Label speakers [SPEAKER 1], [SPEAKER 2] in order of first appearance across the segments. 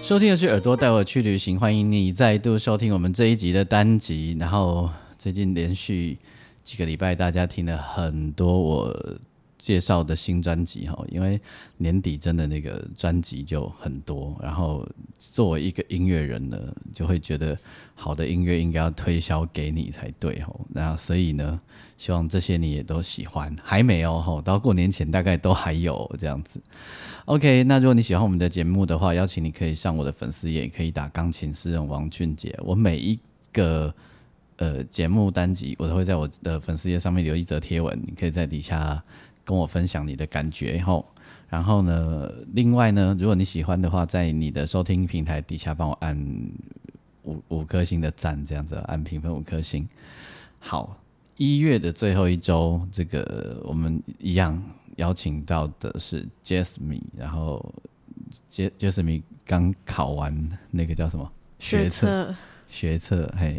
[SPEAKER 1] 收听的是《耳朵带我去旅行》，欢迎你再度收听我们这一集的单集。然后最近连续几个礼拜，大家听了很多我介绍的新专辑哈，因为年底真的那个专辑就很多。然后作为一个音乐人呢，就会觉得好的音乐应该要推销给你才对吼。那所以呢，希望这些你也都喜欢。还没哦吼，到过年前大概都还有这样子。OK，那如果你喜欢我们的节目的话，邀请你可以上我的粉丝页，也可以打钢琴诗人王俊杰。我每一个呃节目单集，我都会在我的粉丝页上面留一则贴文，你可以在底下跟我分享你的感觉吼。然后呢，另外呢，如果你喜欢的话，在你的收听平台底下帮我按五五颗星的赞，这样子按评分五颗星。好，一月的最后一周，这个我们一样邀请到的是 Jasmine，然后 Jas Jasmine 刚考完那个叫什么学测，
[SPEAKER 2] 测
[SPEAKER 1] 学测，嘿，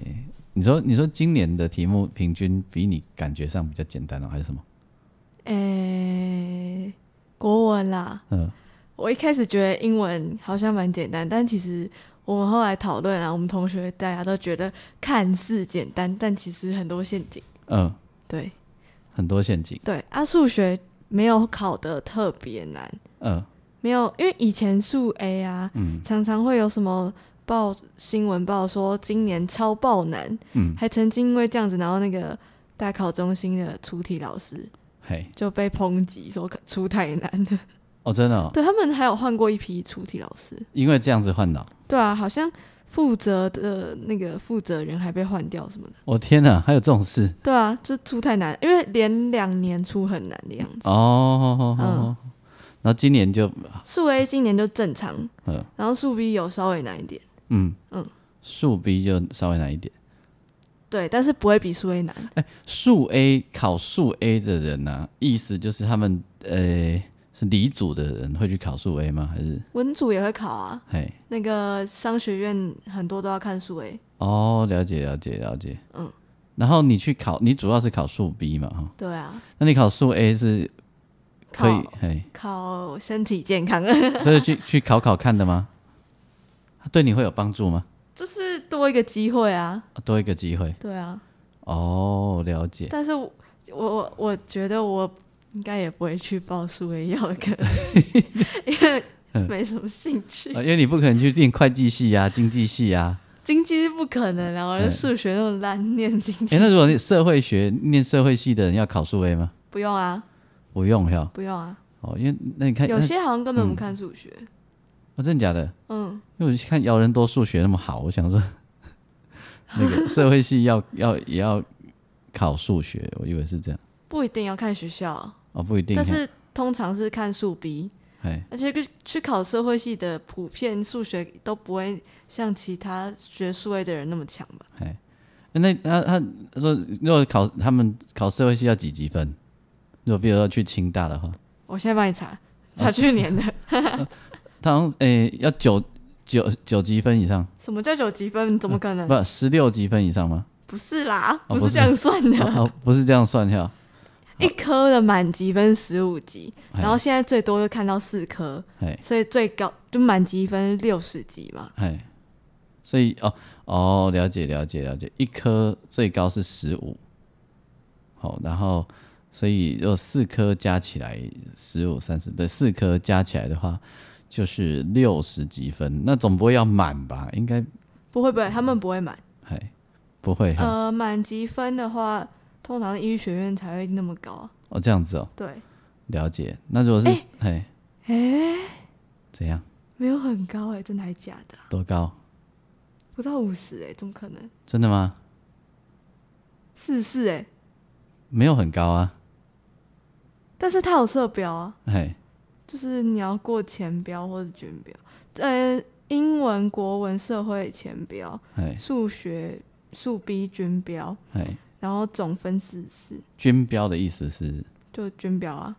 [SPEAKER 1] 你说你说今年的题目平均比你感觉上比较简单哦，还是什么？
[SPEAKER 2] 诶、国文啦。
[SPEAKER 1] 嗯，
[SPEAKER 2] 我一开始觉得英文好像蛮简单，但其实我们后来讨论啊，我们同学大家都觉得看似简单，但其实很多陷阱。
[SPEAKER 1] 嗯，
[SPEAKER 2] 对
[SPEAKER 1] 很多陷阱，
[SPEAKER 2] 对，啊，数学没有考得特别难，
[SPEAKER 1] 嗯
[SPEAKER 2] 没有，因为以前数 A 啊，
[SPEAKER 1] 嗯
[SPEAKER 2] 常常会有什么报新闻报说今年超爆难，
[SPEAKER 1] 嗯，
[SPEAKER 2] 还曾经因为这样子，然后那个大考中心的出题老师
[SPEAKER 1] 嘿，
[SPEAKER 2] 就被抨击说出太难了。
[SPEAKER 1] 哦，真的、哦，
[SPEAKER 2] 对他们还有换过一批出题老师，
[SPEAKER 1] 因为这样子换脑，
[SPEAKER 2] 对啊，好像负责的呃那个负责人还被换掉什么的。
[SPEAKER 1] 我、哦天哪，还有这种事
[SPEAKER 2] 对啊，就出太难，因为连两年出很难的样
[SPEAKER 1] 嗯
[SPEAKER 2] 子。
[SPEAKER 1] 哦，然后今年就
[SPEAKER 2] 数 A 今年就正常，
[SPEAKER 1] 嗯
[SPEAKER 2] 然后数 B 有稍微难一点，
[SPEAKER 1] 嗯
[SPEAKER 2] 嗯
[SPEAKER 1] 数 B 就稍微难一点。
[SPEAKER 2] 对，但是不会比数 A 难。
[SPEAKER 1] 数 A 考数 A 的人呢、啊意思就是他们呃是理组的人会去考数 A 吗？还是
[SPEAKER 2] 文组也会考啊，
[SPEAKER 1] 嘿
[SPEAKER 2] 那个商学院很多都要看数 A，
[SPEAKER 1] 哦，了解了解了解，
[SPEAKER 2] 嗯，
[SPEAKER 1] 然后你去考，你主要是考数 B 嘛哈，
[SPEAKER 2] 对啊，
[SPEAKER 1] 那你考数 A 是可以
[SPEAKER 2] 考
[SPEAKER 1] 嘿，
[SPEAKER 2] 考身体健康，
[SPEAKER 1] 所以去去考考看的吗？啊对你会有帮助吗？
[SPEAKER 2] 就是多一个机会啊，
[SPEAKER 1] 多一个机会
[SPEAKER 2] 对啊，
[SPEAKER 1] 哦，了解。
[SPEAKER 2] 但是我我我觉得我应该也不会去报数 A 药的课， 因为
[SPEAKER 1] 嗯
[SPEAKER 2] 没什么兴趣
[SPEAKER 1] 呃，因为你不可能去念会计系啊、经济系啊。
[SPEAKER 2] 经济是不可能啊啦，我
[SPEAKER 1] 嗯
[SPEAKER 2] 的数学那么烂，念经
[SPEAKER 1] 诶，
[SPEAKER 2] 济
[SPEAKER 1] 那如果你社会学念社会系的人要考数 A 吗？
[SPEAKER 2] 不用啊，
[SPEAKER 1] 不用哟。
[SPEAKER 2] 不用啊，
[SPEAKER 1] 哦，因为那你看，
[SPEAKER 2] 有
[SPEAKER 1] 那嗯
[SPEAKER 2] 些好像根本不看数学，
[SPEAKER 1] 哦，真的假的？
[SPEAKER 2] 嗯，
[SPEAKER 1] 因为我去看姚仁多数学那么好，我想说， 那 个社会系要要也要考数学，我以为是这样。
[SPEAKER 2] 不一定要看学校，啊
[SPEAKER 1] 哦，不一定。
[SPEAKER 2] 但是通常是看数 B。
[SPEAKER 1] 哎，
[SPEAKER 2] 而且去去考社会系的，普遍数学都不会像其他学数位的人那么强吧？
[SPEAKER 1] 那他他说，如果考他们考社会系要几级分？如果比如说去清大的话，
[SPEAKER 2] 我现在帮你查
[SPEAKER 1] 哦
[SPEAKER 2] 查去年的，
[SPEAKER 1] 他好像诶、要九九九级分以上，
[SPEAKER 2] 什么叫九级分？怎么可能？
[SPEAKER 1] 不十六级分以上吗？
[SPEAKER 2] 不是啦，
[SPEAKER 1] 哦
[SPEAKER 2] 不是这样算的。
[SPEAKER 1] 哦，不是这样算哈。
[SPEAKER 2] 一科的满级分十五级，
[SPEAKER 1] 哎
[SPEAKER 2] 然后现在最多就看到四科，
[SPEAKER 1] 哎
[SPEAKER 2] 所以最高就满级分六十级嘛。
[SPEAKER 1] 哎，所以哦哦，了解了解了解，一颗最高是十五，好，然后所以如果四颗加起来十五三十，对，四颗加起来的话就是六十几分，那总不会要满吧？应该
[SPEAKER 2] 不会不会，他们不会满。
[SPEAKER 1] 嗯哎不会哈、
[SPEAKER 2] 呃，满级分的话，通常医学院才会那么高啊。
[SPEAKER 1] 哦，这样子哦，
[SPEAKER 2] 对，
[SPEAKER 1] 了解。那如果是哎
[SPEAKER 2] 哎、
[SPEAKER 1] 怎样
[SPEAKER 2] 没有很高哎、真的还假的啊、
[SPEAKER 1] 多高？
[SPEAKER 2] 不到五十哎，怎么可能？
[SPEAKER 1] 真的吗？
[SPEAKER 2] 四十四哎，
[SPEAKER 1] 没有很高啊，
[SPEAKER 2] 但是它有色标啊，
[SPEAKER 1] 哎，
[SPEAKER 2] 就是你要过前标或者卷标，呃，英文、国文、社会前标，
[SPEAKER 1] 哎
[SPEAKER 2] 数学数 B 均标，
[SPEAKER 1] 哎，
[SPEAKER 2] 然后总分四四，
[SPEAKER 1] 均标的意思是
[SPEAKER 2] 就均标啊，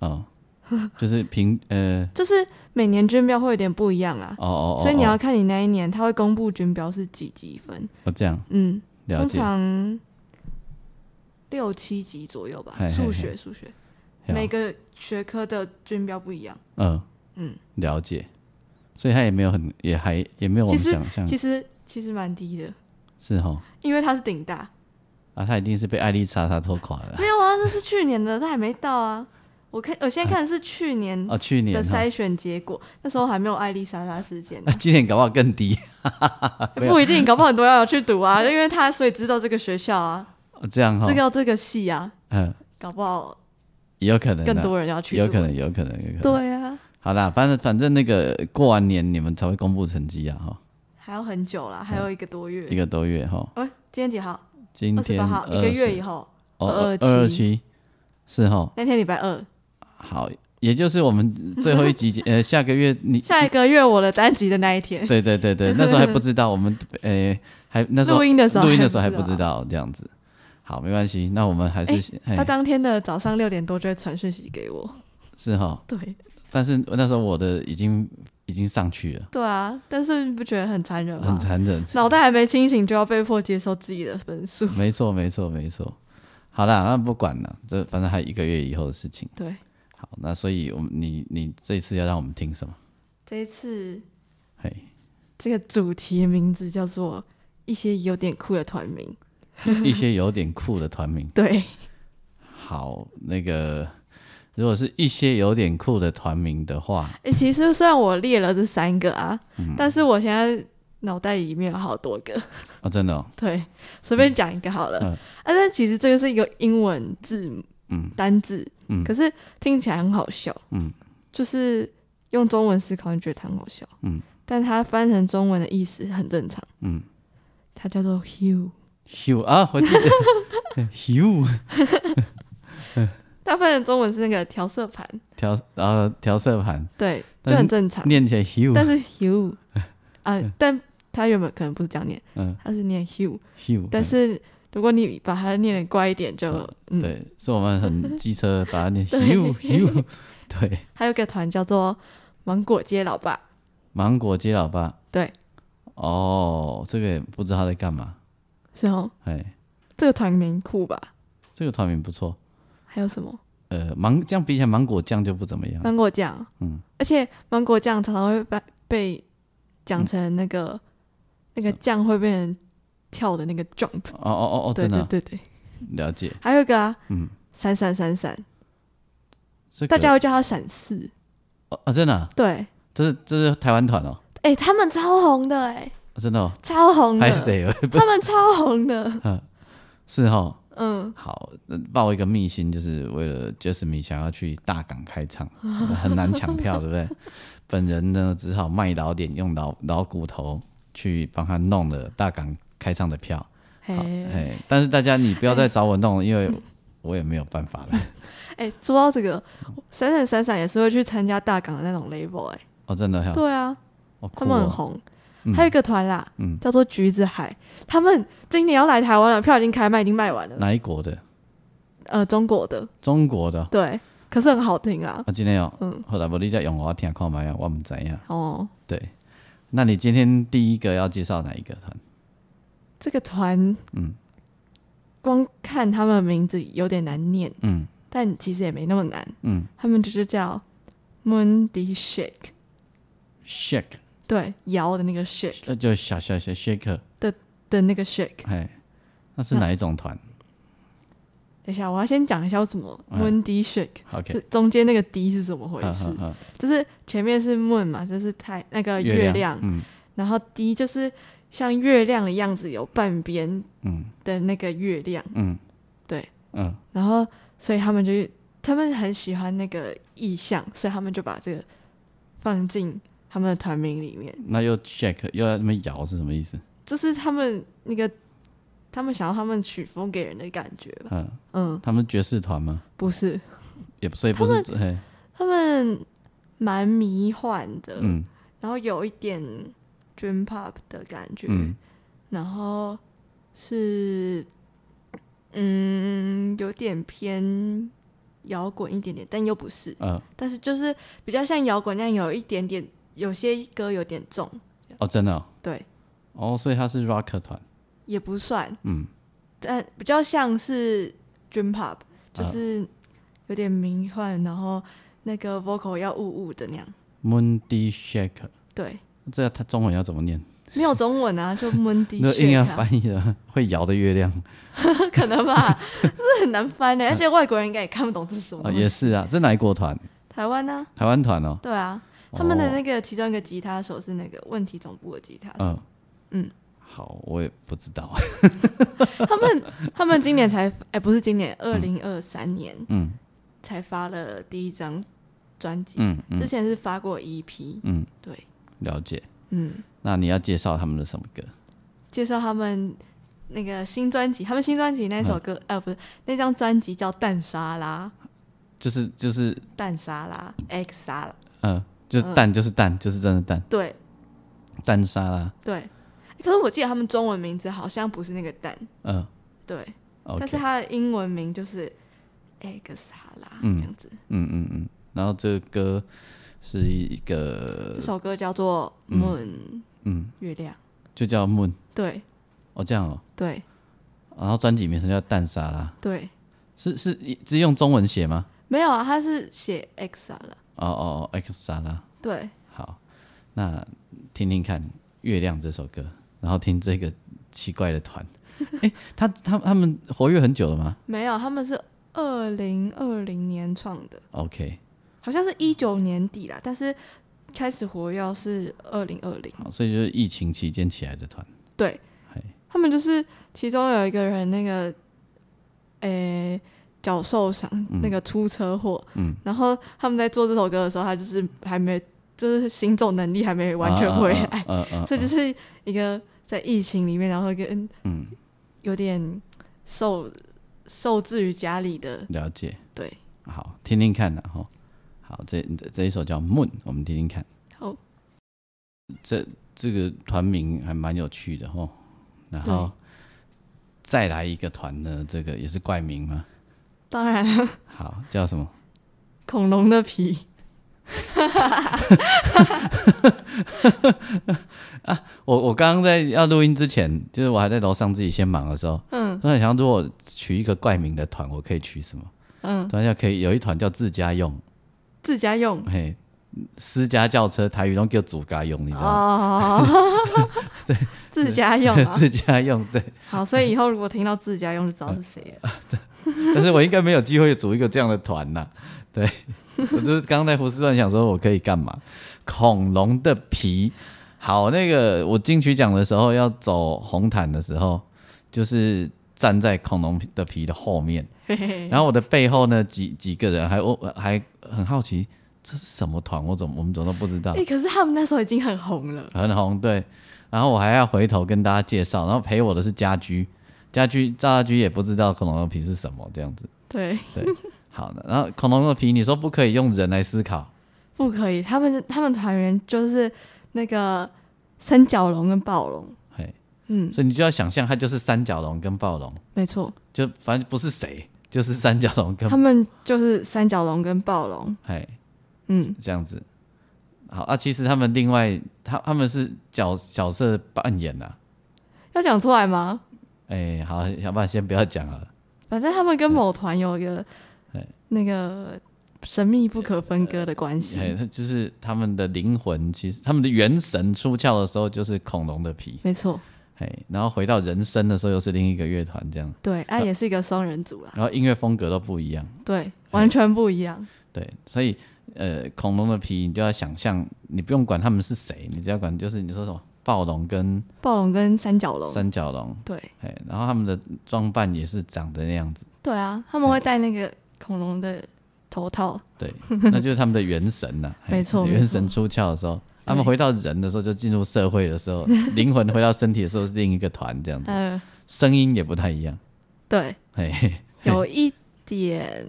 [SPEAKER 1] 哦， 就是平呃
[SPEAKER 2] 就是每年均标会有点不一样啊，
[SPEAKER 1] 哦哦哦，
[SPEAKER 2] 所以你要
[SPEAKER 1] 哦
[SPEAKER 2] 看你那一年，他会公布均标是几级分，
[SPEAKER 1] 哦这样
[SPEAKER 2] 嗯，
[SPEAKER 1] 了
[SPEAKER 2] 通
[SPEAKER 1] 解，
[SPEAKER 2] 常六七级左右吧
[SPEAKER 1] 嘿，嘿
[SPEAKER 2] 数
[SPEAKER 1] 嘿
[SPEAKER 2] 学数学
[SPEAKER 1] 嘿哦
[SPEAKER 2] 每个学科的均标不一样。
[SPEAKER 1] 嗯嗯
[SPEAKER 2] 嗯
[SPEAKER 1] 了解，所以他也没有很也还也没有我们
[SPEAKER 2] 其实
[SPEAKER 1] 想象
[SPEAKER 2] 其实其实蛮低的，
[SPEAKER 1] 是哈
[SPEAKER 2] 因为它是顶大。
[SPEAKER 1] 啊，他一定是被艾丽莎莎拖垮了
[SPEAKER 2] 没有啊，那是去年的，它还没到啊。我看我现在看的是去年
[SPEAKER 1] 哦，去年
[SPEAKER 2] 嗯的
[SPEAKER 1] 哈
[SPEAKER 2] 筛选结果，那时候还没有艾丽莎莎事件呢
[SPEAKER 1] 那、今年搞不好更低，没有
[SPEAKER 2] 不一定，搞不好很多要去读啊， 因为他所以知道这个学校啊，
[SPEAKER 1] 哦这样哈，
[SPEAKER 2] 知道这个系啊，
[SPEAKER 1] 嗯
[SPEAKER 2] 搞不好
[SPEAKER 1] 也有可能啊
[SPEAKER 2] 更多人要去读。
[SPEAKER 1] 有可能，有可能，有可能。
[SPEAKER 2] 对啊，
[SPEAKER 1] 好啦，反正反正那个过完年你们才会公布成绩啊，哈，
[SPEAKER 2] 还要很久啦，还有一个多月
[SPEAKER 1] 嗯一。个多月哈。
[SPEAKER 2] 哎，今天几号？
[SPEAKER 1] 今
[SPEAKER 2] 二十
[SPEAKER 1] 天
[SPEAKER 2] 八号，一个月
[SPEAKER 1] 20
[SPEAKER 2] 以后，
[SPEAKER 1] 哦，二
[SPEAKER 2] 227
[SPEAKER 1] 二七是哦哈，
[SPEAKER 2] 那天礼拜二，
[SPEAKER 1] 好，也就是我们最后一 集呃，下个月你
[SPEAKER 2] 下一个月我的单集的那一天，
[SPEAKER 1] 对对对对，那时候还不知道我们呃还那时候
[SPEAKER 2] 录音的时候
[SPEAKER 1] 录音的时候还不知
[SPEAKER 2] 道。
[SPEAKER 1] 道这样子。好，没关系，那我们还是哎
[SPEAKER 2] 他当天的早上六点多就会传讯息给我，
[SPEAKER 1] 是哈，
[SPEAKER 2] 对
[SPEAKER 1] 但是那时候我的已经已经上去了，
[SPEAKER 2] 对啊，但是你不觉得很残忍
[SPEAKER 1] 很
[SPEAKER 2] 吗？
[SPEAKER 1] 残忍。
[SPEAKER 2] 脑袋还没清醒就要被迫接受自己的分数，
[SPEAKER 1] 没错，没错，没错。好啦，那不管了，这反正还有一个月以后的事情。
[SPEAKER 2] 对。
[SPEAKER 1] 好，那所以我们你你这一次要让我们听什么？
[SPEAKER 2] 这一次
[SPEAKER 1] 嘿，
[SPEAKER 2] 这个主题的名字叫做一些有点酷的团名。
[SPEAKER 1] 一些有点酷的团名。
[SPEAKER 2] 对，
[SPEAKER 1] 好，那个如果是一些有点酷的团名的话，
[SPEAKER 2] 诶其实虽然我列了这三个啊，
[SPEAKER 1] 嗯
[SPEAKER 2] 但是我现在脑袋里面有好多个，
[SPEAKER 1] 哦，真的、哦，
[SPEAKER 2] 对，随便讲一个好了。
[SPEAKER 1] 嗯
[SPEAKER 2] 啊，但其实这个是一个英文字母
[SPEAKER 1] 嗯
[SPEAKER 2] 单字，
[SPEAKER 1] 嗯
[SPEAKER 2] 可是听起来很好笑，
[SPEAKER 1] 嗯，
[SPEAKER 2] 就是用中文思考，你觉得它很好笑，
[SPEAKER 1] 嗯，
[SPEAKER 2] 但它翻成中文的意思很正常，
[SPEAKER 1] 嗯
[SPEAKER 2] 它叫做 hue。
[SPEAKER 1] ，Hugh 啊，我记得 Hugh
[SPEAKER 2] 它翻成中文是那个调色盘，
[SPEAKER 1] 调然后调色盘
[SPEAKER 2] 对，
[SPEAKER 1] 但
[SPEAKER 2] 就是很正常。
[SPEAKER 1] 念起来 Hugh，
[SPEAKER 2] 但是 hue 啊，但它原本可能不是这样念，
[SPEAKER 1] 嗯
[SPEAKER 2] 它是念 hue，
[SPEAKER 1] ，Hugh，
[SPEAKER 2] 但是如果你把它念的乖一点就，嗯，
[SPEAKER 1] 对，是我们很机车把它 念
[SPEAKER 2] 对
[SPEAKER 1] Hugh Hugh，对，
[SPEAKER 2] 还有一个团叫做芒果街老爸，
[SPEAKER 1] 芒果街老爸，
[SPEAKER 2] 对，
[SPEAKER 1] 哦，这个也不知道他在干嘛，
[SPEAKER 2] 是哦，
[SPEAKER 1] 哎，
[SPEAKER 2] 这个团名酷吧？
[SPEAKER 1] 这个团名不错，
[SPEAKER 2] 还有什么
[SPEAKER 1] 呃，芒这样比起来芒果酱就不怎么样，
[SPEAKER 2] 芒果酱？
[SPEAKER 1] 嗯，
[SPEAKER 2] 而且芒果酱常常会被被
[SPEAKER 1] 嗯
[SPEAKER 2] 讲成那个、那个酱会变成跳的那个 jump，、
[SPEAKER 1] 哦哦哦哦，
[SPEAKER 2] 对
[SPEAKER 1] 真的
[SPEAKER 2] 对
[SPEAKER 1] 啊
[SPEAKER 2] 对对，
[SPEAKER 1] 了解，
[SPEAKER 2] 还有一个啊，
[SPEAKER 1] 嗯，
[SPEAKER 2] 闪闪闪闪，
[SPEAKER 1] 这个
[SPEAKER 2] 大家会叫它闪四，
[SPEAKER 1] 哦哦真的啊，
[SPEAKER 2] 对，
[SPEAKER 1] 这是这是台湾团哦，
[SPEAKER 2] 哎、他们超红的哎、
[SPEAKER 1] 真的哦，
[SPEAKER 2] 超 红的
[SPEAKER 1] 还，谁哦？
[SPEAKER 2] 他们超红的，
[SPEAKER 1] 是哈，
[SPEAKER 2] 嗯，
[SPEAKER 1] 好，那报一个秘辛，就是为了 Jasmine 想要去大港开唱， 很难抢票，对不 对？本人呢，只好卖老脸，用老老骨头去帮他弄了大港开唱的票。
[SPEAKER 2] 嘿
[SPEAKER 1] 好，，哎，但是大家你不要再找我弄了，因为我也没有办 法了。
[SPEAKER 2] 哎、说到这个，闪闪闪闪也是会去参加大港的那种 label 哎、
[SPEAKER 1] 哦，真的哈，
[SPEAKER 2] 对啊，
[SPEAKER 1] 哦酷
[SPEAKER 2] 他们很
[SPEAKER 1] 哦，
[SPEAKER 2] 红，
[SPEAKER 1] 嗯
[SPEAKER 2] 还有一个团啦，
[SPEAKER 1] 嗯
[SPEAKER 2] 叫做橘子海，他们今年要来台湾了，票已经开卖，已经卖完了，
[SPEAKER 1] 哪一国的？
[SPEAKER 2] 呃，中国的，
[SPEAKER 1] 中国的。
[SPEAKER 2] 对，可是很好听啦，
[SPEAKER 1] 啊，今天哦，
[SPEAKER 2] 嗯
[SPEAKER 1] 后来我你再用我听看麦啊，我们怎样？
[SPEAKER 2] 哦，
[SPEAKER 1] 对，那你今天第一个要介绍哪一个团？
[SPEAKER 2] 这个团，
[SPEAKER 1] 嗯
[SPEAKER 2] 光看他们的名字有点难念，
[SPEAKER 1] 嗯
[SPEAKER 2] 但其实也没那么难，
[SPEAKER 1] 嗯
[SPEAKER 2] 他们就是叫 Moondy Shake，
[SPEAKER 1] ，Shake，
[SPEAKER 2] 对，摇的那个 shake
[SPEAKER 1] 呃，就小小小 Shaker。
[SPEAKER 2] 的那个 shake。
[SPEAKER 1] 哎，那是哪一种团
[SPEAKER 2] 等一下，我要先讲一下我怎么
[SPEAKER 1] 嗯
[SPEAKER 2] moon d shake，、是
[SPEAKER 1] ？OK，
[SPEAKER 2] 中间那个 d 是怎么回
[SPEAKER 1] 呵
[SPEAKER 2] 事？
[SPEAKER 1] 哎呵呵
[SPEAKER 2] 就是前面是 moon 嘛，就是太那个
[SPEAKER 1] 月
[SPEAKER 2] 呃月亮，
[SPEAKER 1] 嗯
[SPEAKER 2] 然后 d 就是像月亮的样子，有半边
[SPEAKER 1] 嗯
[SPEAKER 2] 的那个月亮，
[SPEAKER 1] 嗯，
[SPEAKER 2] 对，
[SPEAKER 1] 嗯，
[SPEAKER 2] 然后所以他们就他们很喜欢那个意象，所以他们就把这个放进他们的团名里面，
[SPEAKER 1] 那又 shake 又要那么摇是什么意思？
[SPEAKER 2] 就是他们那个他们想要他们曲风给人的感觉吧。
[SPEAKER 1] 嗯，
[SPEAKER 2] 嗯，
[SPEAKER 1] 他们爵士团吗？
[SPEAKER 2] 不是，
[SPEAKER 1] 也不，所以不是，嘿，
[SPEAKER 2] 他们蛮迷幻的，
[SPEAKER 1] 嗯
[SPEAKER 2] 然后有一点 dream pop 的感觉，
[SPEAKER 1] 嗯
[SPEAKER 2] 然后是嗯有点偏摇滚一点点，但又不是，
[SPEAKER 1] 呃，
[SPEAKER 2] 但是就是比较像摇滚那样，有一点点，有些歌有点重，
[SPEAKER 1] 哦，真的哦，
[SPEAKER 2] 对，
[SPEAKER 1] 哦所以他是 rock 团，
[SPEAKER 2] 也不算，
[SPEAKER 1] 嗯，
[SPEAKER 2] 但比较像是 dream pop，就
[SPEAKER 1] 啊
[SPEAKER 2] 是有点迷幻，然后那个 vocal 要呜呜的那样，
[SPEAKER 1] Moody Shaker，
[SPEAKER 2] 对，
[SPEAKER 1] 这他中文要怎么念？
[SPEAKER 2] 没有中文 啊，就 Moon D
[SPEAKER 1] 那硬要
[SPEAKER 2] 雪，
[SPEAKER 1] 翻译的，会摇的月亮
[SPEAKER 2] 可能吧，这很难 翻的、而且外国人应该也看不懂这是什么
[SPEAKER 1] 啊，
[SPEAKER 2] 东
[SPEAKER 1] 也
[SPEAKER 2] 西。
[SPEAKER 1] 是啊，这哪一国团？
[SPEAKER 2] 台湾呢、
[SPEAKER 1] 台湾团哦，
[SPEAKER 2] 对啊，他们的
[SPEAKER 1] 哦
[SPEAKER 2] 那个其中一个吉他手是那个问题总部的吉他手，
[SPEAKER 1] 嗯
[SPEAKER 2] 嗯，
[SPEAKER 1] 好，我也不知道，
[SPEAKER 2] 他们他们今年才，哎、不是今年，二零二三年
[SPEAKER 1] 嗯
[SPEAKER 2] 才发了第一张专辑，
[SPEAKER 1] 嗯
[SPEAKER 2] 之
[SPEAKER 1] 嗯
[SPEAKER 2] 前是发过 EP，
[SPEAKER 1] 嗯，
[SPEAKER 2] 对，
[SPEAKER 1] 了解。
[SPEAKER 2] 嗯，
[SPEAKER 1] 那你要介绍他们的什么歌？
[SPEAKER 2] 介绍他们。那个新专辑，他们新专辑那首歌，
[SPEAKER 1] 嗯
[SPEAKER 2] 呃，不是那张专辑叫《蛋沙拉
[SPEAKER 1] 就是就是》，
[SPEAKER 2] 蛋沙拉，X 沙拉，
[SPEAKER 1] 嗯，就是蛋，就是蛋，就是真的蛋，
[SPEAKER 2] 对，
[SPEAKER 1] 蛋沙拉，
[SPEAKER 2] 对，欸可是我记得他们中文名字好像不是那个蛋，
[SPEAKER 1] 嗯
[SPEAKER 2] 对但是
[SPEAKER 1] ，OK，
[SPEAKER 2] 它的英文名就是 egg 沙拉、
[SPEAKER 1] 嗯
[SPEAKER 2] 这样子。
[SPEAKER 1] 嗯嗯嗯。然后这个歌是一个
[SPEAKER 2] 这，首歌叫做
[SPEAKER 1] 呃嗯
[SPEAKER 2] Moon、
[SPEAKER 1] 嗯，
[SPEAKER 2] 月亮，
[SPEAKER 1] 就叫 Moon，
[SPEAKER 2] 对
[SPEAKER 1] 哦这样哦。
[SPEAKER 2] 对
[SPEAKER 1] 然后专辑名称叫蛋沙拉，
[SPEAKER 2] 对，
[SPEAKER 1] 是是是用中文写吗？
[SPEAKER 2] 没有啊，它是写 egg 沙拉，
[SPEAKER 1] 哦哦哦，X 沙拉。
[SPEAKER 2] 对，
[SPEAKER 1] 好，那听听看《月亮》这首歌，然后听这个奇怪的团。 哎、他他他们活跃很久了吗
[SPEAKER 2] 没有，他们是二零二零年创的，
[SPEAKER 1] ？OK，
[SPEAKER 2] 好像是一九年底啦，但是开始活跃是二零二零，
[SPEAKER 1] 好，所以就是疫情期间起来的团。
[SPEAKER 2] 对
[SPEAKER 1] 嘿，
[SPEAKER 2] 他们就是其中有一个人那个，诶、脚受伤，那个出车祸，
[SPEAKER 1] 嗯
[SPEAKER 2] 然后他们在做这首歌的时候，他就是还没，就是行走能力还没完全回来，
[SPEAKER 1] 嗯嗯，啊
[SPEAKER 2] 所以就是一个在疫情里面，然后跟
[SPEAKER 1] 嗯，
[SPEAKER 2] 有点受受制于家里的，
[SPEAKER 1] 了解。
[SPEAKER 2] 对，
[SPEAKER 1] 好，听听看然后好，这这一首叫《Moon》，我们听听看。
[SPEAKER 2] 好，
[SPEAKER 1] 这这个团名还蛮有趣的哦。然
[SPEAKER 2] 对
[SPEAKER 1] 后再来一个团呢，这个也是怪名吗？
[SPEAKER 2] 当然 了，
[SPEAKER 1] 好，叫什么？
[SPEAKER 2] 恐龙的皮，
[SPEAKER 1] 我我刚刚在要录音之前，就是我还在楼上自己先忙的时候，
[SPEAKER 2] 嗯
[SPEAKER 1] 突然想，如果取一个怪名的团，我可以取什么？
[SPEAKER 2] 嗯，
[SPEAKER 1] 突然想可以有一团叫自家用，
[SPEAKER 2] 自家用，
[SPEAKER 1] 嘿，私家轿车台语都叫主家用，你知道吗？
[SPEAKER 2] 哦， 对，自家用啊，
[SPEAKER 1] 自家用对，
[SPEAKER 2] 好，所以以后如果听到自家用就知道是谁
[SPEAKER 1] 啊
[SPEAKER 2] 了，
[SPEAKER 1] 但是我应该没有机会组一个这样的团呐、 对，我就是刚刚在胡思乱想，说我可以干嘛？恐龙的皮。好，那个我金曲奖的时候要走红毯的时候，就是站在恐龙的皮的后面。
[SPEAKER 2] 嘿嘿
[SPEAKER 1] 然后我的背后呢，几几个人还我还很好奇，这是什么团？我怎么我们怎么都不知道
[SPEAKER 2] 哎、？可是他们那时候已经很红了，
[SPEAKER 1] 很红，对。然后我还要回头跟大家介绍，然后陪我的是家居，家居赵家居也不知道恐龙的皮是什么，这样子。
[SPEAKER 2] 对，
[SPEAKER 1] 好的，然后恐龙的皮，你说不可以用人来思考，
[SPEAKER 2] 不可以，他们他们团员就是那个三角龙跟暴龙，
[SPEAKER 1] 嘿，
[SPEAKER 2] 嗯，
[SPEAKER 1] 所以你就要想象它就是三角龙跟暴龙，
[SPEAKER 2] 没错，
[SPEAKER 1] 就反正不是谁，就是三角龙跟
[SPEAKER 2] 他们就是三角龙跟暴龙，
[SPEAKER 1] 嘿
[SPEAKER 2] 嗯，
[SPEAKER 1] 这样子。好啊，其实他们另外他他们是角角色扮演呐、啊，
[SPEAKER 2] 要讲出来吗？
[SPEAKER 1] 哎、好，要不然先不要讲了。
[SPEAKER 2] 反正他们跟某团有一个
[SPEAKER 1] 对
[SPEAKER 2] 那个神秘不可分割的关系，
[SPEAKER 1] 哎，就是他们的灵魂，其实他们的元神出窍的时候就是恐龙的皮，
[SPEAKER 2] 没错，
[SPEAKER 1] 哎，然后回到人生的时候又是另一个乐团这样，
[SPEAKER 2] 对，啊，也是一个双人组啦，
[SPEAKER 1] 然后音乐风格都不一样，
[SPEAKER 2] 对，完全不一样，
[SPEAKER 1] 对，所以呃，恐龙的皮你就要想象，你不用管他们是谁，你只要管就是你说什么暴龙跟
[SPEAKER 2] 暴龙跟三角龙，
[SPEAKER 1] 三角龙，
[SPEAKER 2] 对，
[SPEAKER 1] 哎，然后他们的装扮也是长得那样子，
[SPEAKER 2] 对啊，他们会戴那个恐龙的头套，
[SPEAKER 1] 对， 那就是他们的元神呐、嘿
[SPEAKER 2] 没错
[SPEAKER 1] 元神出窍的时候。他们
[SPEAKER 2] 对
[SPEAKER 1] 回到人的时候，就进入社会的时候，灵魂回到身体的时候是另一个团这样子。
[SPEAKER 2] 嗯、
[SPEAKER 1] 声音也不太一样。
[SPEAKER 2] 对，
[SPEAKER 1] 嘿，嘿
[SPEAKER 2] 有一点，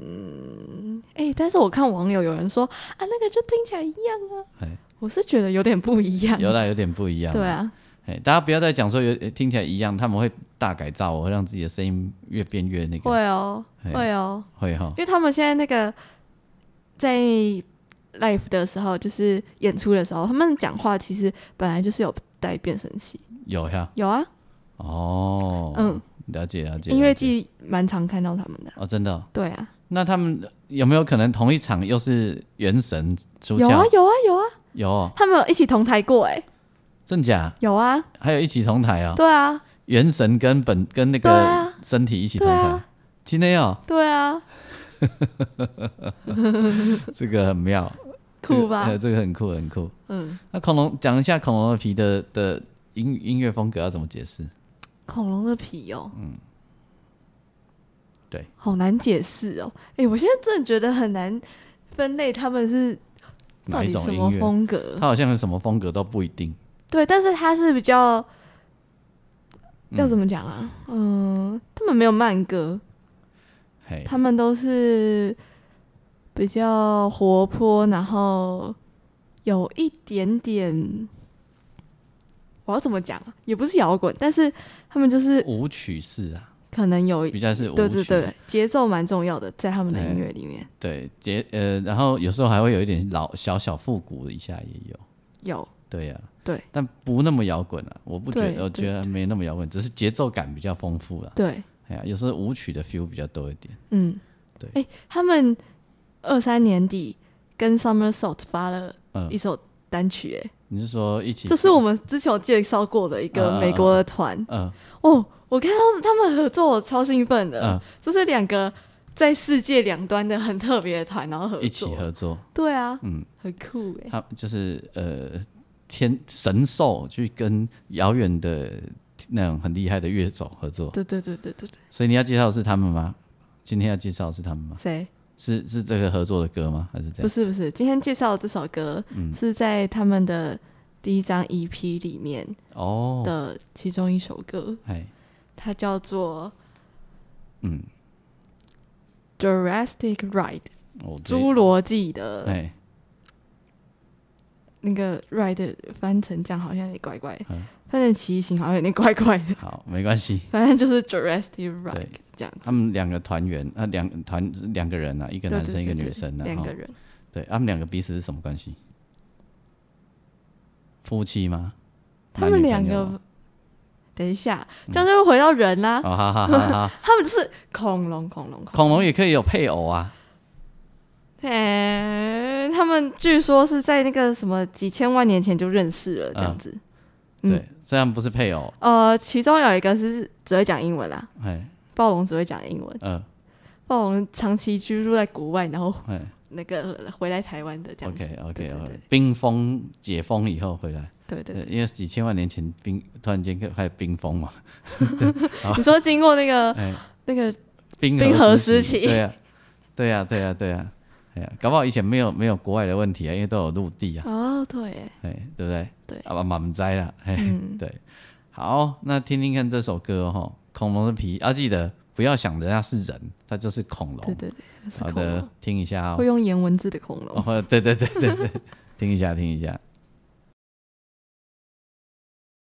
[SPEAKER 2] 哎、但是我看网友有人说啊，那个就听起来一样啊
[SPEAKER 1] 哎，
[SPEAKER 2] 我是觉得有点不一样，
[SPEAKER 1] 有啦，有点不一样。
[SPEAKER 2] 对，啊，
[SPEAKER 1] 哎，大家不要再讲说有听起来一样，他们会大改造哦，会让自己的声音越变越那个，
[SPEAKER 2] 会哦，
[SPEAKER 1] 哎
[SPEAKER 2] 会哦，
[SPEAKER 1] 会哈
[SPEAKER 2] 因，为他们现在那个在 live 的时候，就是演出的时候，他们讲话其实本来就是有带变声器，
[SPEAKER 1] 有呀，
[SPEAKER 2] 有啊，
[SPEAKER 1] 哦，
[SPEAKER 2] 嗯，
[SPEAKER 1] 了解了解。
[SPEAKER 2] 音乐
[SPEAKER 1] 了解
[SPEAKER 2] 季蛮常看到他们的，
[SPEAKER 1] 哦，真的哦，
[SPEAKER 2] 对啊，
[SPEAKER 1] 那他们有没有可能同一场又是元神出
[SPEAKER 2] 有啊
[SPEAKER 1] 窍？
[SPEAKER 2] 有啊有啊，
[SPEAKER 1] 有哦，
[SPEAKER 2] 他们有一起同台过哎、
[SPEAKER 1] 真假？
[SPEAKER 2] 有啊，
[SPEAKER 1] 还有一起同台哦，
[SPEAKER 2] 对啊
[SPEAKER 1] 元神跟本跟那
[SPEAKER 2] 对
[SPEAKER 1] 个
[SPEAKER 2] 啊
[SPEAKER 1] 身体一起同
[SPEAKER 2] 对
[SPEAKER 1] 台
[SPEAKER 2] 啊，
[SPEAKER 1] 今天哦，
[SPEAKER 2] 对啊，
[SPEAKER 1] 这个很妙，这
[SPEAKER 2] 酷
[SPEAKER 1] 个
[SPEAKER 2] 吧
[SPEAKER 1] 呃，？这个很酷，很酷。
[SPEAKER 2] 嗯，
[SPEAKER 1] 那恐龙讲一下恐龙的皮的的音音乐风格要怎么解释？
[SPEAKER 2] 恐龙的皮哦，嗯，
[SPEAKER 1] 对，
[SPEAKER 2] 好难解释哦，哎、我现在真的觉得很难分类他们是到
[SPEAKER 1] 哪一
[SPEAKER 2] 底
[SPEAKER 1] 种
[SPEAKER 2] 什么
[SPEAKER 1] 音乐？
[SPEAKER 2] 风格，
[SPEAKER 1] 它好像有什么风格都不一定。
[SPEAKER 2] 对，但是他是比较要怎么讲啊？嗯，他们没有慢歌，
[SPEAKER 1] 嘿，
[SPEAKER 2] 他们都是比较活泼，然后有一点点，我要怎么讲啊？也不是摇滚，但是他们就是
[SPEAKER 1] 舞曲式啊，
[SPEAKER 2] 可能有
[SPEAKER 1] 比较是舞曲。
[SPEAKER 2] 对对对，节奏蛮重要的，在他们的音乐里面
[SPEAKER 1] 对节呃，然后有时候还会有一点老小小复古一下也有。
[SPEAKER 2] 有。
[SPEAKER 1] 对呀、
[SPEAKER 2] 对，
[SPEAKER 1] 但不那么摇滚啊，我不觉
[SPEAKER 2] 对
[SPEAKER 1] 得，我
[SPEAKER 2] 对
[SPEAKER 1] 觉得没那么摇滚，只是节奏感比较丰富啊。
[SPEAKER 2] 对，
[SPEAKER 1] 哎呀，有时候舞曲的 feel 比较多一点。
[SPEAKER 2] 嗯，
[SPEAKER 1] 对
[SPEAKER 2] 哎、他们二三年底跟 Somersault 发了
[SPEAKER 1] 嗯
[SPEAKER 2] 一首单曲、哎、
[SPEAKER 1] 你是说一起？
[SPEAKER 2] 这是我们之前有介绍过的一
[SPEAKER 1] 嗯嗯
[SPEAKER 2] 个
[SPEAKER 1] 嗯
[SPEAKER 2] 美国的团、
[SPEAKER 1] 嗯
[SPEAKER 2] 哦，我看到他们合作，我超兴奋的。
[SPEAKER 1] 嗯，
[SPEAKER 2] 这是两个在世界两端的很特别的团，然后合作，
[SPEAKER 1] 一起合作，
[SPEAKER 2] 对啊，
[SPEAKER 1] 嗯，
[SPEAKER 2] 很酷哎、
[SPEAKER 1] 他就是呃天神兽去跟遥远的那种很厉害的乐手合作，
[SPEAKER 2] 对对对对对对，
[SPEAKER 1] 所以你要介绍的是他们吗？今天要介绍的是他们吗？
[SPEAKER 2] 谁？
[SPEAKER 1] 是是这个合作的歌吗？还是这
[SPEAKER 2] 不
[SPEAKER 1] 样？
[SPEAKER 2] 是不是，今天介绍的这首歌、
[SPEAKER 1] 嗯
[SPEAKER 2] 是在他们的第一张 EP 里面
[SPEAKER 1] 哦，
[SPEAKER 2] 的其中一首歌，
[SPEAKER 1] 哎，
[SPEAKER 2] 它叫做
[SPEAKER 1] 嗯，
[SPEAKER 2] 《Jurassic Ride》
[SPEAKER 1] 我这
[SPEAKER 2] 侏罗纪的
[SPEAKER 1] 哦哎
[SPEAKER 2] 那个 ride 翻成这样好像有点怪怪的
[SPEAKER 1] 嗯，
[SPEAKER 2] 翻成骑行好像有点怪怪的，
[SPEAKER 1] 好，没关系。
[SPEAKER 2] 反正就是 Jurassic Ride
[SPEAKER 1] 对
[SPEAKER 2] 这样子。
[SPEAKER 1] 他们两个团员啊，两团两个人啊，一个男生
[SPEAKER 2] 对对
[SPEAKER 1] 一个
[SPEAKER 2] 对
[SPEAKER 1] 女
[SPEAKER 2] 对
[SPEAKER 1] 生啊，
[SPEAKER 2] 两
[SPEAKER 1] 哈
[SPEAKER 2] 个人
[SPEAKER 1] 对，他们两个彼此是什么关系？夫妻吗？
[SPEAKER 2] 他
[SPEAKER 1] 男
[SPEAKER 2] 们两
[SPEAKER 1] 女朋友
[SPEAKER 2] 个啊
[SPEAKER 1] 吗，
[SPEAKER 2] 等一下，这样就会回到人啦、
[SPEAKER 1] 哦，好好好好，
[SPEAKER 2] 他们就是恐龙，恐龙，恐
[SPEAKER 1] 恐龙也可以有配偶啊，
[SPEAKER 2] 龙。哎，他们据说是在那个什么几千万年前就认识了，这样子。嗯
[SPEAKER 1] 对，虽然不是配偶，
[SPEAKER 2] 呃，其中有一个是只会讲英文啦，
[SPEAKER 1] 哎，
[SPEAKER 2] 暴龙只会讲英文。
[SPEAKER 1] 呃，
[SPEAKER 2] 暴龙哦长期居住在国外，然后
[SPEAKER 1] 哎
[SPEAKER 2] 那个回来台湾的这样子。
[SPEAKER 1] ，OK
[SPEAKER 2] 对
[SPEAKER 1] OK
[SPEAKER 2] 对
[SPEAKER 1] OK，冰封解封以后回来，
[SPEAKER 2] 对对对，
[SPEAKER 1] 对因为几千万年前冰突然间开始冰封 嘛，
[SPEAKER 2] 你说经过那个
[SPEAKER 1] 哎，
[SPEAKER 2] 那个
[SPEAKER 1] 冰
[SPEAKER 2] 冰
[SPEAKER 1] 河
[SPEAKER 2] 河
[SPEAKER 1] 时
[SPEAKER 2] 时
[SPEAKER 1] 期，
[SPEAKER 2] 期
[SPEAKER 1] 对呀，对呀，对呀，对呀，哎呀，搞不好以前没有没有国外的问题啊，因为都有陆地啊。
[SPEAKER 2] 哦，对耶，
[SPEAKER 1] 哎，对不对？
[SPEAKER 2] 对
[SPEAKER 1] 啊，满满栽啦，嘿，
[SPEAKER 2] 嗯
[SPEAKER 1] 对。好，那听听看这首歌哦，吼恐龙的皮啊，记得不要想着它是人，它就是恐
[SPEAKER 2] 对
[SPEAKER 1] 龙。
[SPEAKER 2] 对对，是
[SPEAKER 1] 好
[SPEAKER 2] 恐龙
[SPEAKER 1] 的，，听一下
[SPEAKER 2] 会
[SPEAKER 1] 哦。
[SPEAKER 2] 用颜文字的恐龙。
[SPEAKER 1] 哦， 对对对对对，听一下，听一下。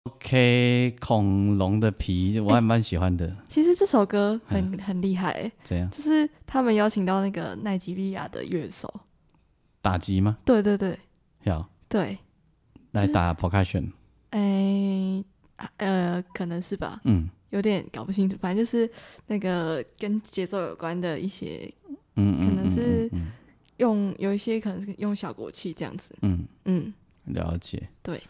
[SPEAKER 1] OK，恐龙的皮我还蛮喜欢的，
[SPEAKER 2] 其实这首歌
[SPEAKER 1] 嗯
[SPEAKER 2] 很很厉害耶，
[SPEAKER 1] 怎样？
[SPEAKER 2] 就是他们邀请到那个奈及利亚的乐手，
[SPEAKER 1] 打击吗？
[SPEAKER 2] 对对对
[SPEAKER 1] 要
[SPEAKER 2] 对，
[SPEAKER 1] 来打 percussion，
[SPEAKER 2] 哎、啊呃，可能是吧，
[SPEAKER 1] 嗯
[SPEAKER 2] 有点搞不清楚，反正就是那个跟节奏有关的一些，
[SPEAKER 1] 嗯嗯，
[SPEAKER 2] 可能
[SPEAKER 1] 嗯
[SPEAKER 2] 是
[SPEAKER 1] 嗯
[SPEAKER 2] 用有一些可能是用小国器这样子，
[SPEAKER 1] 嗯嗯
[SPEAKER 2] 嗯，
[SPEAKER 1] 了解，
[SPEAKER 2] 对，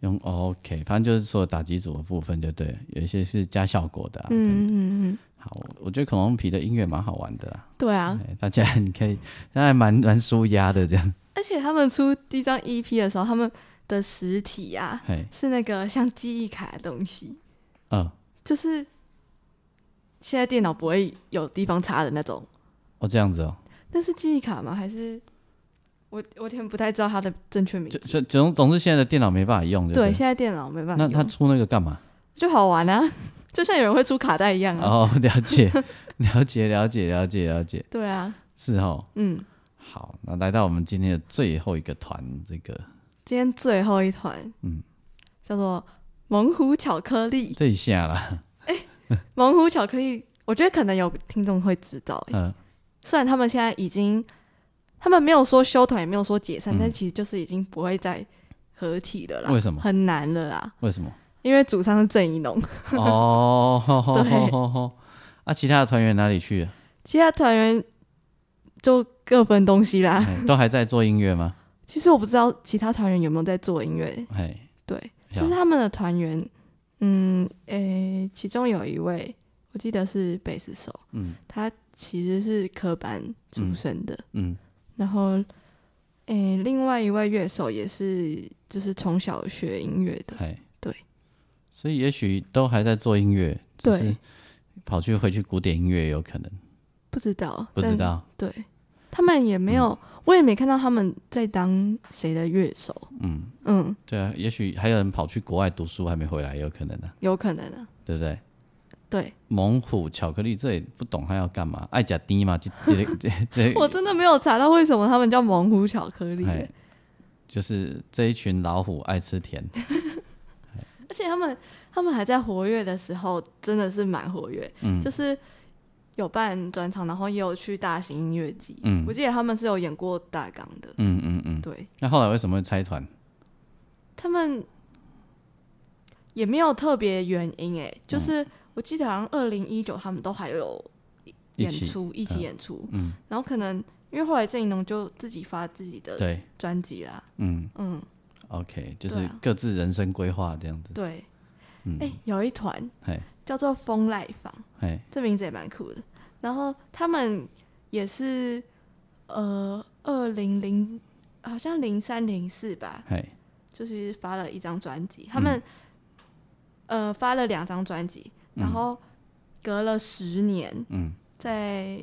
[SPEAKER 1] 用哦 OK，反正就是说打击组的部分就对了，有一些是加效果的、啊。嗯，
[SPEAKER 2] 嗯嗯嗯，
[SPEAKER 1] 好，我觉得恐龙皮的音乐蛮好玩的啦，
[SPEAKER 2] 对啊，
[SPEAKER 1] 哎大家 你可以，那还蛮蛮舒压的这样，
[SPEAKER 2] 而且他们出第一张 EP 的时候，他们的实体啊
[SPEAKER 1] 嘿，
[SPEAKER 2] 是那个像记忆卡的东西，
[SPEAKER 1] 嗯，
[SPEAKER 2] 就是现在电脑不会有地方插的那种。
[SPEAKER 1] 哦这样子哦，
[SPEAKER 2] 那是记忆卡吗？还是我我有点不太知道它的正确名
[SPEAKER 1] 就
[SPEAKER 2] 字。
[SPEAKER 1] 就总总是现在的电脑没办法用就
[SPEAKER 2] 对，
[SPEAKER 1] 对
[SPEAKER 2] 现在电脑没办法
[SPEAKER 1] 那
[SPEAKER 2] 用，
[SPEAKER 1] 他出那个干嘛？
[SPEAKER 2] 就好玩啊！ 就像有人会出卡带一样啊。
[SPEAKER 1] 哦，了解，了解，了解，了解，了解，
[SPEAKER 2] 对啊，
[SPEAKER 1] 是哦。
[SPEAKER 2] 嗯，
[SPEAKER 1] 好，那来到我们今天的最后一个团，这个
[SPEAKER 2] 今天最后一团，
[SPEAKER 1] 嗯，
[SPEAKER 2] 叫做猛虎巧克力。
[SPEAKER 1] 这一下啦，
[SPEAKER 2] 猛虎巧克力，我觉得可能有听众会知道、欸，
[SPEAKER 1] 嗯、
[SPEAKER 2] 虽然他们现在已经，他们没有说休团，也没有说解散，
[SPEAKER 1] 嗯
[SPEAKER 2] 但其实就是已经不会再合体了啦。
[SPEAKER 1] 为什么
[SPEAKER 2] 很难了啦，
[SPEAKER 1] 为什么？
[SPEAKER 2] 因为主唱是郑怡农，
[SPEAKER 1] 哦，
[SPEAKER 2] 对
[SPEAKER 1] 啊，其他的团员哪里 去了？
[SPEAKER 2] 其他团员就各分东西啦。
[SPEAKER 1] 哎都还在做音乐吗？
[SPEAKER 2] 其实我不知道其他团员有没有在做音乐，
[SPEAKER 1] 哎，
[SPEAKER 2] 对，
[SPEAKER 1] 呀
[SPEAKER 2] 就是他们的团员，嗯，诶、其中有一位我记得是贝斯手，
[SPEAKER 1] 嗯
[SPEAKER 2] 他其实是科班出身的，
[SPEAKER 1] 嗯
[SPEAKER 2] 然后，诶、另外一位乐手也是就是从小学音乐的，
[SPEAKER 1] 哎，
[SPEAKER 2] 对，
[SPEAKER 1] 所以也许都还在做音乐，只
[SPEAKER 2] 对
[SPEAKER 1] 是跑去回去古典音乐也有可能，
[SPEAKER 2] 不知道，
[SPEAKER 1] 不知，道。
[SPEAKER 2] 对他们也没有，我也没看到他们在当谁的乐手，
[SPEAKER 1] 嗯，
[SPEAKER 2] 嗯，
[SPEAKER 1] 对啊，也许还有人跑去国外读书还没回来，也有可能啊，
[SPEAKER 2] 有可能啊，
[SPEAKER 1] 对不对？
[SPEAKER 2] 对
[SPEAKER 1] 猛虎巧克力这也不懂他要干嘛，爱假低嘛，就这 这这
[SPEAKER 2] 我真的没有查到为什么他们叫猛虎巧克力、
[SPEAKER 1] 哎，就是这一群老虎爱吃甜，
[SPEAKER 2] 而且他们他们还在活跃的时候，真的是蛮活跃，
[SPEAKER 1] 嗯
[SPEAKER 2] 就是有办专场，然后也有去大型音乐季。
[SPEAKER 1] 嗯
[SPEAKER 2] 我记得他们是有演过大纲的，
[SPEAKER 1] 嗯嗯嗯。
[SPEAKER 2] 对
[SPEAKER 1] 那后来为什么会拆团？
[SPEAKER 2] 他们也没有特别原因
[SPEAKER 1] 哦
[SPEAKER 2] 哎、就是我记得好像二零一九他们都还有
[SPEAKER 1] 一
[SPEAKER 2] 演
[SPEAKER 1] 起
[SPEAKER 2] 出，一起
[SPEAKER 1] 嗯
[SPEAKER 2] 演出，
[SPEAKER 1] 嗯，
[SPEAKER 2] 然后可能因为后来郑怡农就自己发自己的
[SPEAKER 1] 对，
[SPEAKER 2] 专辑啦，
[SPEAKER 1] 嗯
[SPEAKER 2] 嗯，
[SPEAKER 1] ，OK，就
[SPEAKER 2] 对
[SPEAKER 1] 是
[SPEAKER 2] 啊
[SPEAKER 1] 各自人生规划这样子。
[SPEAKER 2] 对，
[SPEAKER 1] 嗯，
[SPEAKER 2] 哎、有一团
[SPEAKER 1] 嘿，
[SPEAKER 2] 叫做风来坊。
[SPEAKER 1] 嘿，
[SPEAKER 2] 这名字也蛮酷的。然后他们也是呃，二零零好像零三零四吧，
[SPEAKER 1] 嘿，
[SPEAKER 2] 就是发了一张专辑。他们、呃发了两张专辑，然后隔了十年，
[SPEAKER 1] 嗯，
[SPEAKER 2] 在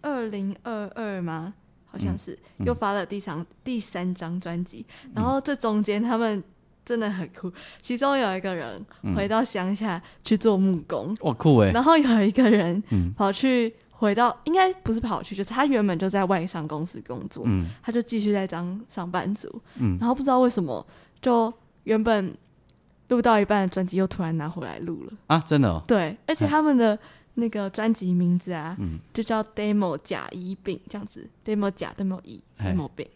[SPEAKER 2] 二零二二吗？好像是、又发了第三第三张专辑。然后这中间他们。真的很酷，其中有一个人回到乡下去做木工，
[SPEAKER 1] 哇，酷哎，
[SPEAKER 2] 然后有一个人
[SPEAKER 1] 嗯
[SPEAKER 2] 跑去回到，应该不是跑去，就是他原本就在外商公司工作，
[SPEAKER 1] 嗯
[SPEAKER 2] 他就继续在当上班族，
[SPEAKER 1] 嗯
[SPEAKER 2] 然后不知道为什么，就原本录到一半的专辑又突然拿回来录了，
[SPEAKER 1] 啊，真的哦，
[SPEAKER 2] 对，而且他们的那个专辑名字啊，
[SPEAKER 1] 嗯
[SPEAKER 2] 就叫 demo 甲乙丙这样子，demo 甲 demo 乙
[SPEAKER 1] 哎
[SPEAKER 2] demo 丙，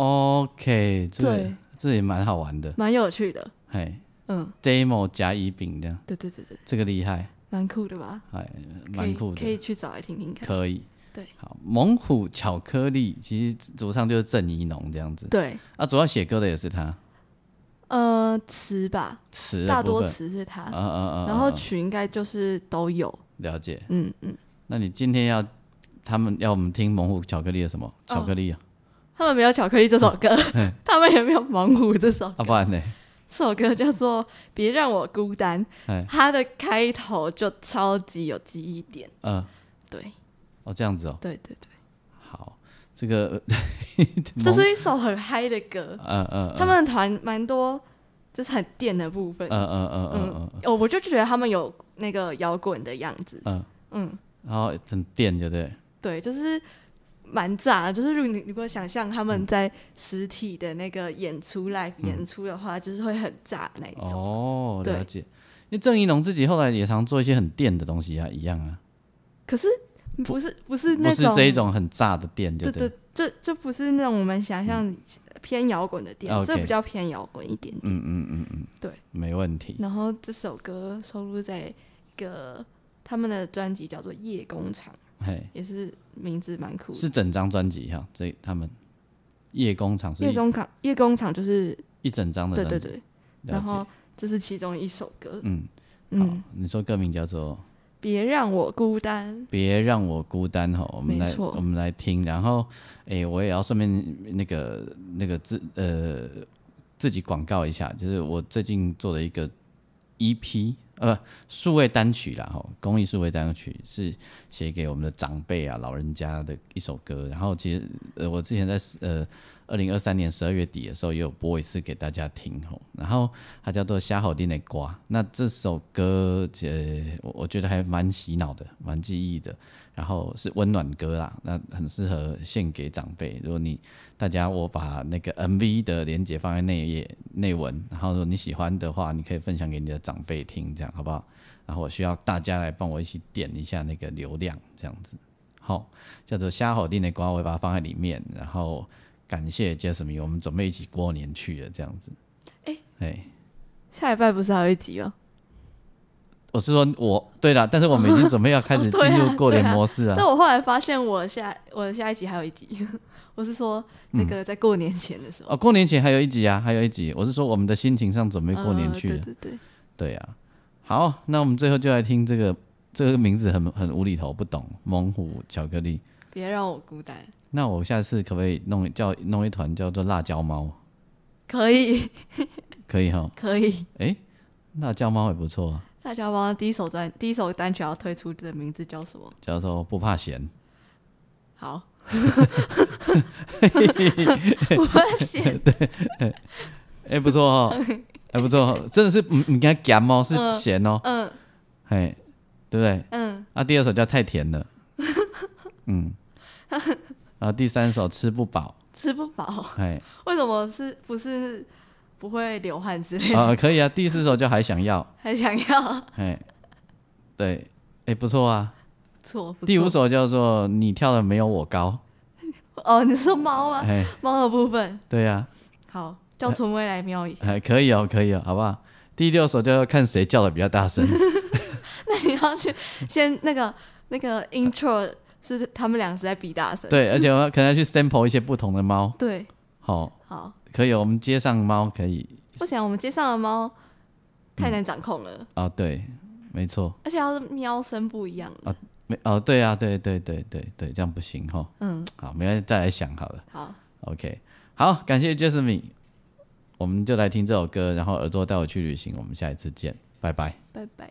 [SPEAKER 1] ，OK，这个
[SPEAKER 2] 对
[SPEAKER 1] 这也蛮好玩的，
[SPEAKER 2] 蛮有趣的，
[SPEAKER 1] 嘿
[SPEAKER 2] 嗯，
[SPEAKER 1] ，demo 甲乙丙这样，
[SPEAKER 2] 对对对对，
[SPEAKER 1] 这个厉害，
[SPEAKER 2] 蛮酷的吧？
[SPEAKER 1] 哎，
[SPEAKER 2] 可以
[SPEAKER 1] 蛮酷
[SPEAKER 2] 可以
[SPEAKER 1] 的，
[SPEAKER 2] 去找来听听看，
[SPEAKER 1] 可以。
[SPEAKER 2] 对，
[SPEAKER 1] 好，猛虎巧克力其实主唱就是郑怡农这样子，
[SPEAKER 2] 对，
[SPEAKER 1] 啊，主要写歌的也是他，
[SPEAKER 2] 呃，词吧，
[SPEAKER 1] 词的
[SPEAKER 2] 大
[SPEAKER 1] 部
[SPEAKER 2] 多
[SPEAKER 1] 分，
[SPEAKER 2] 词是他，
[SPEAKER 1] 嗯嗯嗯，
[SPEAKER 2] 然后
[SPEAKER 1] 嗯嗯
[SPEAKER 2] 曲应该就是都有，
[SPEAKER 1] 了解。
[SPEAKER 2] 嗯嗯，
[SPEAKER 1] 那你今天要他们要我们听猛虎巧克力的什么巧克力啊？
[SPEAKER 2] 他们没有《巧克力》这首 歌，他们也没有《猛虎》这首
[SPEAKER 1] 啊，
[SPEAKER 2] 歌，
[SPEAKER 1] 不然呢？
[SPEAKER 2] 这首歌叫做《别让我孤单》
[SPEAKER 1] 哎，
[SPEAKER 2] 它的开头就超级有记忆点，
[SPEAKER 1] 嗯、
[SPEAKER 2] 对
[SPEAKER 1] 哦，这样子哦，
[SPEAKER 2] 对对对，
[SPEAKER 1] 好，这个，
[SPEAKER 2] 这
[SPEAKER 1] 猛
[SPEAKER 2] 是一首很嗨的歌，
[SPEAKER 1] 嗯嗯，
[SPEAKER 2] 他们团蛮多就是很电的部分
[SPEAKER 1] 嗯，嗯嗯嗯嗯
[SPEAKER 2] 嗯，哦，我就觉得他们有那个摇滚的样子，
[SPEAKER 1] 嗯
[SPEAKER 2] 嗯，
[SPEAKER 1] 嗯，然后很电，对不对？
[SPEAKER 2] 对，就是。蛮炸的，就是如果你如果想象他们在实体的那个演出 live 演出的话，就是会很炸那一种。
[SPEAKER 1] 哦，
[SPEAKER 2] 对
[SPEAKER 1] 了解。因为郑怡农自己后来也常做一些很电的东西啊，一样啊，
[SPEAKER 2] 可是不是不是
[SPEAKER 1] 不
[SPEAKER 2] 那
[SPEAKER 1] 是
[SPEAKER 2] 种
[SPEAKER 1] 这一种很炸的电，对
[SPEAKER 2] 对
[SPEAKER 1] 不对
[SPEAKER 2] 对？，这这不是那种我们想象偏摇滚的点，
[SPEAKER 1] 哦 OK
[SPEAKER 2] 这比较偏摇滚一点点。
[SPEAKER 1] 嗯嗯嗯嗯，
[SPEAKER 2] 对，
[SPEAKER 1] 没问题。
[SPEAKER 2] 然后这首歌收录在一个他们的专辑叫做《夜工厂》，
[SPEAKER 1] 嘿，
[SPEAKER 2] 也是名字蛮酷的。
[SPEAKER 1] 是整张专辑哈，这他们夜工厂是
[SPEAKER 2] 夜
[SPEAKER 1] 一
[SPEAKER 2] 工厂，夜工厂就是
[SPEAKER 1] 一整张的
[SPEAKER 2] 对
[SPEAKER 1] 专
[SPEAKER 2] 对
[SPEAKER 1] 辑，
[SPEAKER 2] 对，
[SPEAKER 1] 了
[SPEAKER 2] 然
[SPEAKER 1] 解。
[SPEAKER 2] 后这是其中一首歌。
[SPEAKER 1] 嗯，好
[SPEAKER 2] 嗯，，
[SPEAKER 1] 你说歌名叫做
[SPEAKER 2] 别让我孤单
[SPEAKER 1] 《别让我孤单》哈，我们
[SPEAKER 2] 没
[SPEAKER 1] 来
[SPEAKER 2] 错
[SPEAKER 1] 我们来听，然后诶、我也要顺便那个那个自呃自己广告一下，就是我最近做的一个 EP 呃数位单曲啦哈，公益数位单曲是写给我们的长辈啊老人家的一首歌，然后其实呃我之前在呃二零二三年十二月底的时候也有播一次给大家听吼。然后它叫做《虾好丁的瓜》，那这首歌呃，我我觉得还蛮洗脑的，蛮记忆的，然后是温暖歌啦，那很适合献给长辈。如果你大家，我把那个 MV 的连接放在内页内文，然后如果你喜欢的话，你可以分享给你的长辈听，这样好不好？然后我需要大家来帮我一起点一下那个流量，这样子。好，叫做虾好丁的瓜，我会把它放在里面，然后感谢 Jasmine，我们准备一起过年去了，这样子。
[SPEAKER 2] 哎
[SPEAKER 1] 哎、
[SPEAKER 2] 下礼拜不是还有一集吗？
[SPEAKER 1] 我是说我对了，但是我们已经准备要开始
[SPEAKER 2] 哦
[SPEAKER 1] 进
[SPEAKER 2] 对啊
[SPEAKER 1] 入过年
[SPEAKER 2] 对啊
[SPEAKER 1] 模式了。
[SPEAKER 2] 但我后来发现我下我的下一集还有 一集，我是说那个在过年前的时
[SPEAKER 1] 嗯
[SPEAKER 2] 候，
[SPEAKER 1] 哦，过年前还有一集啊，还有一集。我是说我们的心情上准备过年
[SPEAKER 2] 呃
[SPEAKER 1] 去了。
[SPEAKER 2] 对对对，
[SPEAKER 1] 对啊，好，那我们最后就来听这个这个名字很很无厘头，不懂猛虎巧克力。
[SPEAKER 2] 别让我孤单，
[SPEAKER 1] 那我下次可不可以弄叫弄一团叫做辣椒猫？
[SPEAKER 2] 可以
[SPEAKER 1] 可以哈，
[SPEAKER 2] 可以。
[SPEAKER 1] 诶，辣椒猫也不错啊，
[SPEAKER 2] 大家帮第一首专第一首单曲要推出的名字叫什么？
[SPEAKER 1] 叫做不怕咸。
[SPEAKER 2] 好，我要写
[SPEAKER 1] 诶，不错哦，还不错哦，真的是嗯，你看咸哦，是咸哦，
[SPEAKER 2] 嗯
[SPEAKER 1] 嘿，对不对？
[SPEAKER 2] 嗯，
[SPEAKER 1] 啊，第二首叫太甜了， 嗯，然后第三首吃不饱，
[SPEAKER 2] 吃不饱，
[SPEAKER 1] 哎，
[SPEAKER 2] 为什么是不是不会流汗之类的？
[SPEAKER 1] 啊，可以啊，第四首叫还想要，
[SPEAKER 2] 还想要
[SPEAKER 1] 哎，对，哎，不错啊。
[SPEAKER 2] 错不错
[SPEAKER 1] 第五首叫做你跳的没有我高，
[SPEAKER 2] 哦，你说猫吗？
[SPEAKER 1] 哎，
[SPEAKER 2] 猫的部分
[SPEAKER 1] 对呀、
[SPEAKER 2] 好，叫春薇来瞄一下。
[SPEAKER 1] 哎，可以哦，可以哦，好不好？第六首就要看谁叫的比较大 声，
[SPEAKER 2] 那你要去先那个那个 intro 是他们俩是在比大声，
[SPEAKER 1] 对，而且我可能要去 sample 一些不同的猫，
[SPEAKER 2] 对，
[SPEAKER 1] 好、
[SPEAKER 2] 好，
[SPEAKER 1] 可以哦、我们街上猫可以
[SPEAKER 2] 不行，我们街上的猫太难掌控了，
[SPEAKER 1] 啊、对，没错，
[SPEAKER 2] 而且要是喵声不一样的，
[SPEAKER 1] 啊没哦，对啊，对对对对对，这样不行哈、
[SPEAKER 2] 嗯，
[SPEAKER 1] 好，没关系，再来想好了
[SPEAKER 2] 好，
[SPEAKER 1] ，OK，好，感谢 Jasmine，我们就来听这首歌，然后耳朵带我去旅行，我们下一次见，拜拜。
[SPEAKER 2] 拜拜。